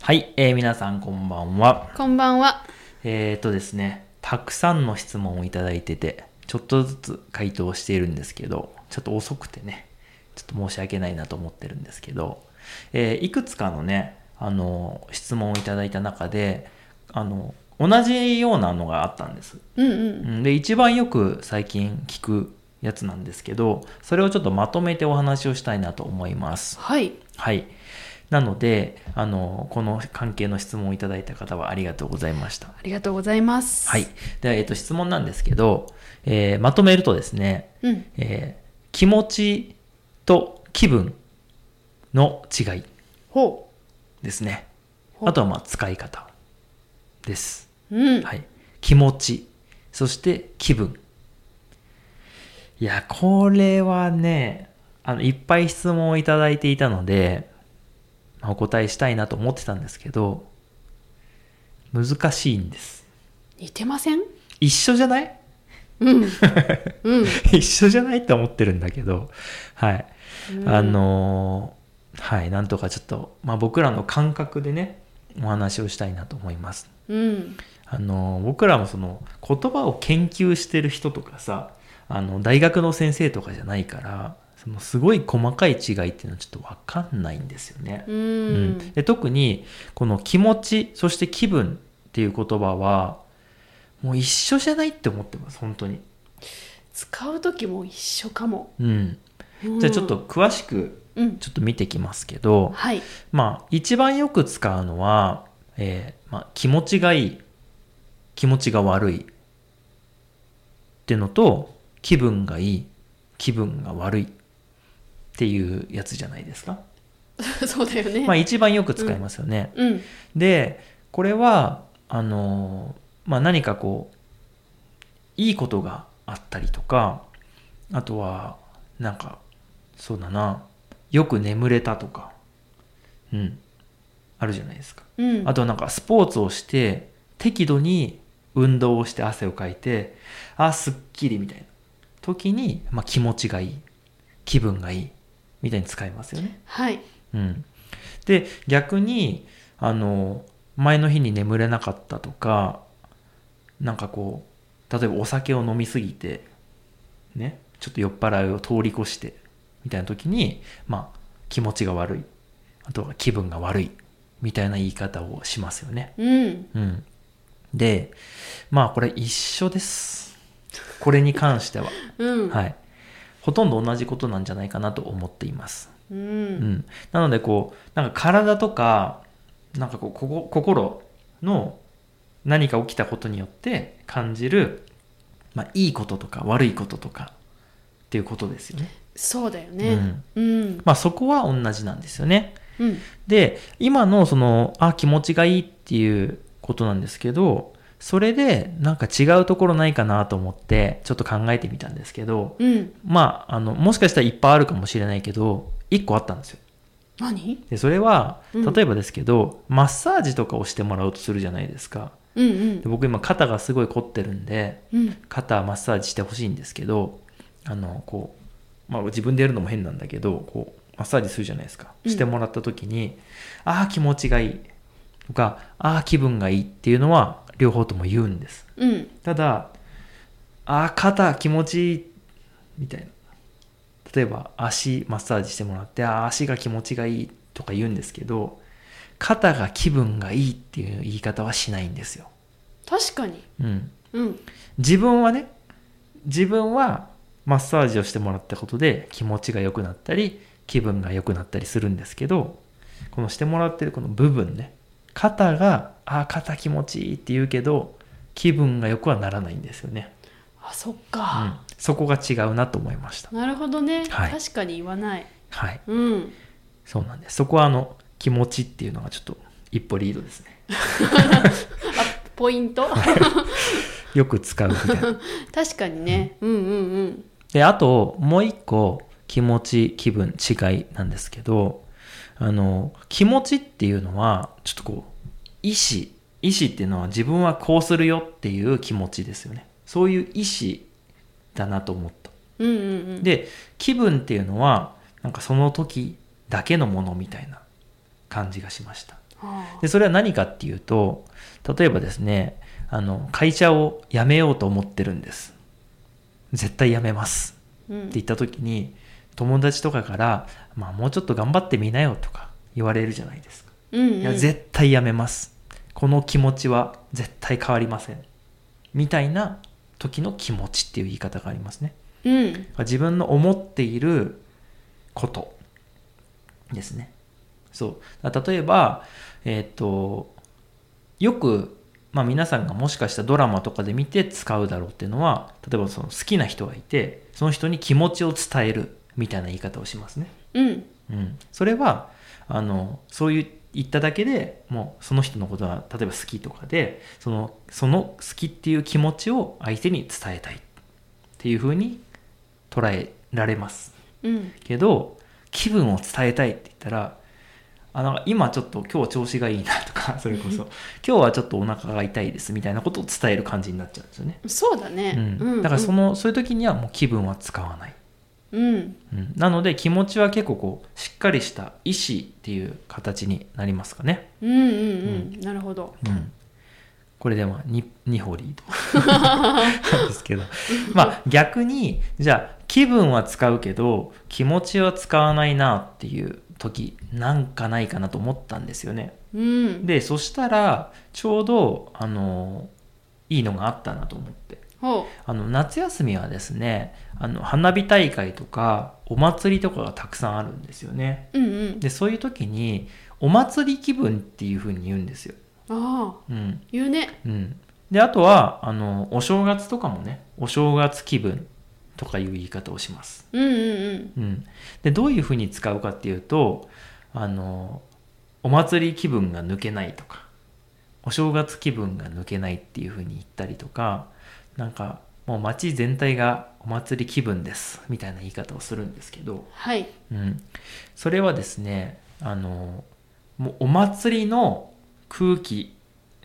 はい、えー皆さんこんばんは。こんばんは。えー、っとですね、たくさんの質問をいただいてて、ちょっとずつ回答しているんですけど、ちょっと遅くてね、ちょっと申し訳ないなと思ってるんですけど、えーいくつかのね、あの、質問をいただいた中で、あの、同じようなのがあったんです。うんううん。んで、一番よく最近聞くやつなんですけど、それをちょっとまとめてお話をしたいなと思います。はい。はい。なので、あの、この関係の質問をいただいた方はありがとうございました。ありがとうございます。はい。。では、えっ、と、質問なんですけど、えーまとめるとですね、うん。えー気持ちと気分の違いほですね。ほうあとは、まあ、使い方です。う。うん。はい。気持ち、そして気分。いや、これはね、あの、いっぱい質問をいただいていたので、まあお答えしたいなと思ってたんですけど、難しいんです。似てません一緒じゃない うん。うん。一緒じゃないって思ってるんだけど、はい。あのーはい、なんとかちょっと、まあ僕らの感覚でね、お話をしたいなと思います。うん。あの僕らもその言葉を研究してる人とかさあの大学の先生とかじゃないからそのすごい細かい違いっていうのはちょっと分かんないんですよね。う。うんで特にこの気持ちそして気分っていう言葉はもう一緒じゃないって思ってます本当に。使う時も一緒かも。うん、じゃあちょっと。詳しくうん。ちょっと見ていきますけど、はい。 まあ一番よく使うのは、えーまあ、気持ちがいい気持ちが悪いってのと気分がいい気分が悪いっていうやつじゃないですか、そうだよね。まあ、一番よく使いますよね、うん。でこれはあのーまあ、何かこういいことがあったりとかあとはなんかそうだなよく眠れたとかうんあるじゃないですかうん。あとはなんかスポーツをして適度に運動をして汗をかいてあすっきりみたいな時に、まあ、気持ちがいい気分がいいみたいに使いますよねはい。うん、で逆にあの前の日に眠れなかったとかなんかこう例えばお酒を飲みすぎてねちょっと酔っ払いを通り越してみたいな時にまあ気持ちが悪いあとは気分が悪いみたいな言い方をしますよね。うん。うん、でまあこれ一緒ですこれに関しては、うん。はい、ほとんど同じことなんじゃないかなと思っています。う。うんん、なのでこうなんか体とかなんかこうここ心の何か起きたことによって感じる、まあ、いいこととか悪いこととかっていうことですよね。そうだようね。んうん。まあ、そこは同じなんですよね。うん。で今のそのあ気持ちがいいっていうことなんですけどそれでなんか違うところないかなと思ってちょっと考えてみたんですけどうん。まああのもしかしたらいっぱいあるかもしれないけど1個あったんですよ。何でそれはうん例えばですけど、マッサージとかをしてもらおうとするじゃないですかうんで僕今肩がすごい凝ってるんでうん。うん。肩マッサージしてほしいんですけどあのこう、まあ、自分でやるのも変なんだけどこうマッサージするじゃないですかうんしてもらった時に、ああ気持ちがいいとかああ気分がいいっていうのは両方とも言うんですうん。ただああ肩気持ちいいみたいな例えば足マッサージしてもらってああ足が気持ちがいいとか言うんですけど肩が気分がいいっていう言い方はしないんですよ、確かに。うん、うん。自分はね自分はマッサージをしてもらったことで気持ちが良くなったり気分が良くなったりするんですけどこのしてもらってるこの部分ね肩がああ肩気持ちいいって言うけど気分が良くはならないんですよねあ、そっうんか。そこが違うなと思いました。なるほどね。はい確かに言わない。はい、うん。そうなんです。そこはあの気持ちっていうのがちょっと一歩リードですね。ポイ ントよく使うみたい な。確かにね。うんうんうん。で、あともう一個気持ち、気分、違いなんですけど、あの気持ちっていうのはちょっとこう意志、意志っていうのは自分はこうするよっていう気持ちですよね。そういう意志だなと思った。うんうんうん。で気分っていうのはなんかその時だけのものみたいな感じがしました。はあでそれは何かっていうと例えばですねあの会社を辞めようと思ってるんです絶対辞めますうんって言った時に友達とかから、まあ、もうちょっと頑張ってみなよとか言われるじゃないですか、うんうんいや絶対辞めますこの気持ちは絶対変わりませんみたいな時の気持ちっていう言い方がありますねうん自分の思っていることですね。そう。だから例えば、えーっと、よく、まあ、皆さんがもしかしたらドラマとかで見て使うだろうっていうのは、例えばその好きな人がいて、その人に気持ちを伝えるみたいな言い方をしますね。うんうん。それは、あの、そういう言っただけでもうその人のことは例えば好きとかでそのその好きっていう気持ちを相手に伝えたいっていうふうに捉えられますうんけど気分を伝えたいって言ったらあなんか今ちょっと今日調子がいいなと かそれこそ今日はちょっとお腹が痛いですみたいなことを伝える感じになっちゃうんですよね、そうだねう、んだからその、そういう時にはもう気分は使わない、うんうん、なので気持ちは結構こうしっかりした意思っていう形になりますかね、うんうんうん、なるほどうん、これでまあ 2, 2歩リー ドなんですけどまあ逆にじゃあ気分は使うけど気持ちは使わないなっていう時なんかないかなと思ったんですよねうんでそしたらちょうどあのいいのがあったなと思ってほあの夏休みはですねあの花火大会とかお祭りとかがたくさんあるんですよねううんうんでそういう時にお祭り気分っていう風に言うんですよ、ああうん、言うねうん、であとはあのお正月とかもねお正月気分とかいう言い方をします、うんうんうん、でどういうふうに使うかっていうとあのお祭り気分が抜けないとかお正月気分が抜けないっていうふうに言ったりとかなんかもう街全体がお祭り気分ですみたいな言い方をするんですけどうん、はいうん、それはですねあのもうお祭りの空気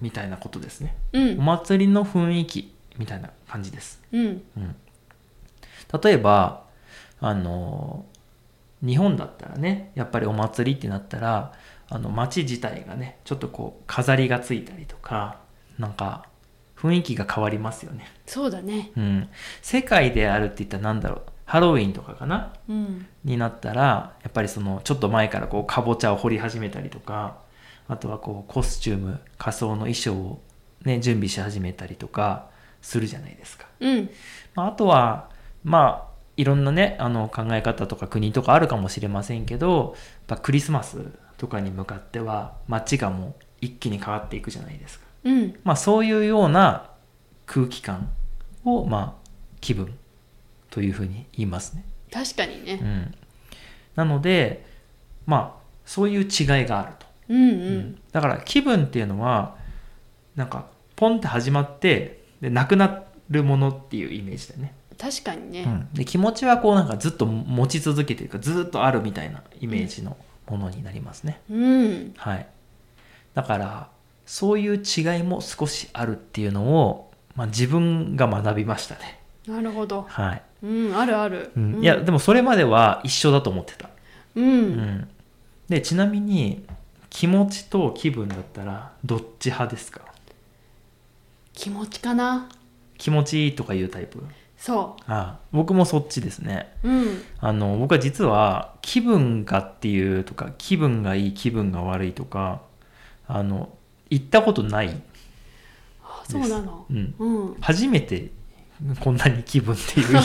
みたいなことですねうおん祭りの雰囲気みたいな感じです。うんうん、例えば、あの、日本だったらね、やっぱりお祭りってなったら、あの、街自体がね、ちょっとこう、飾りがついたりとか、なんか、雰囲気が変わりますよね。そうだねうん。世界であるって言ったらなんだろう、ハロウィンとかかなうんになったらやっぱりそのちょっと前からこうかぼちゃを掘り始めたりとかあとはこうコスチューム仮装の衣装を、ね、準備し始めたりとかするじゃないですか、うんまあ、あとはまあいろんなねあの考え方とか国とかあるかもしれませんけどやっぱクリスマスとかに向かっては街がもう一気に変わっていくじゃないですか、うんまあ、そういうような空気感をまあ気分というふうに言いますね確かにうねん、なのでまあそういう違いがあると、うんううんんだから気分っていうのはなんかポンって始まってでなくなるものっていうイメージだよね、確かにうねん、で気持ちはこうなんかずっと持ち続けてるかずっとあるみたいなイメージのものになりますね、うんはいだからそういう違いも少しあるっていうのを、まあ、自分が学びましたねなるほどはい、うんあるあるうんいやでもそれまでは一緒だと思ってたううんん、でちなみに気持ちと気分だったらどっち派ですか気持ちかな気持ちいいとかいうタイプそああ僕もそっちですねううんあの僕は実は気分がっていうとか気分がいい気分が悪いとかあの言ったことない、あそうなのうん、うん初めてこんなに気分 っていう言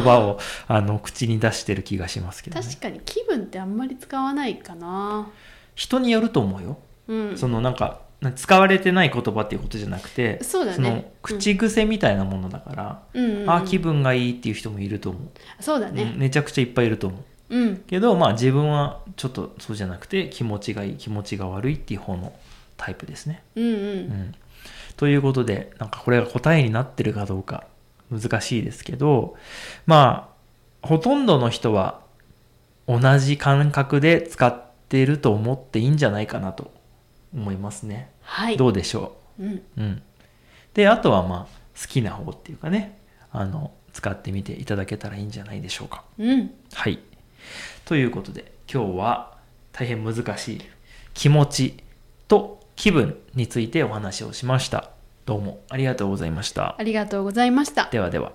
葉をあの口に出してる気がしますけど、ね、確かに気分ってあんまり使わないかな人によると思うようんそのなんか使われてない言葉っていうことじゃなくてそうだねその口癖みたいなものだから、うんうんうんああ気分がいいっていう人もいると思う、そうだうねんめちゃくちゃいっぱいいると思ううんけどまあ自分はちょっとそうじゃなくて気持ちがいい気持ちが悪いっていう方のタイプですね、うんううんん、ということでなんかこれが答えになってるかどうか難しいですけどまあほとんどの人は同じ感覚で使ってると思っていいんじゃないかなと思いますね、はいどうでしょうんう、うん、であとはまあ好きな方っていうかねあの使ってみていただけたらいいんじゃないでしょうかうんはいということで今日は大変難しい気持ち気分についてお話をしました。どうもありがとうございました。ありがとうございました。ではでは。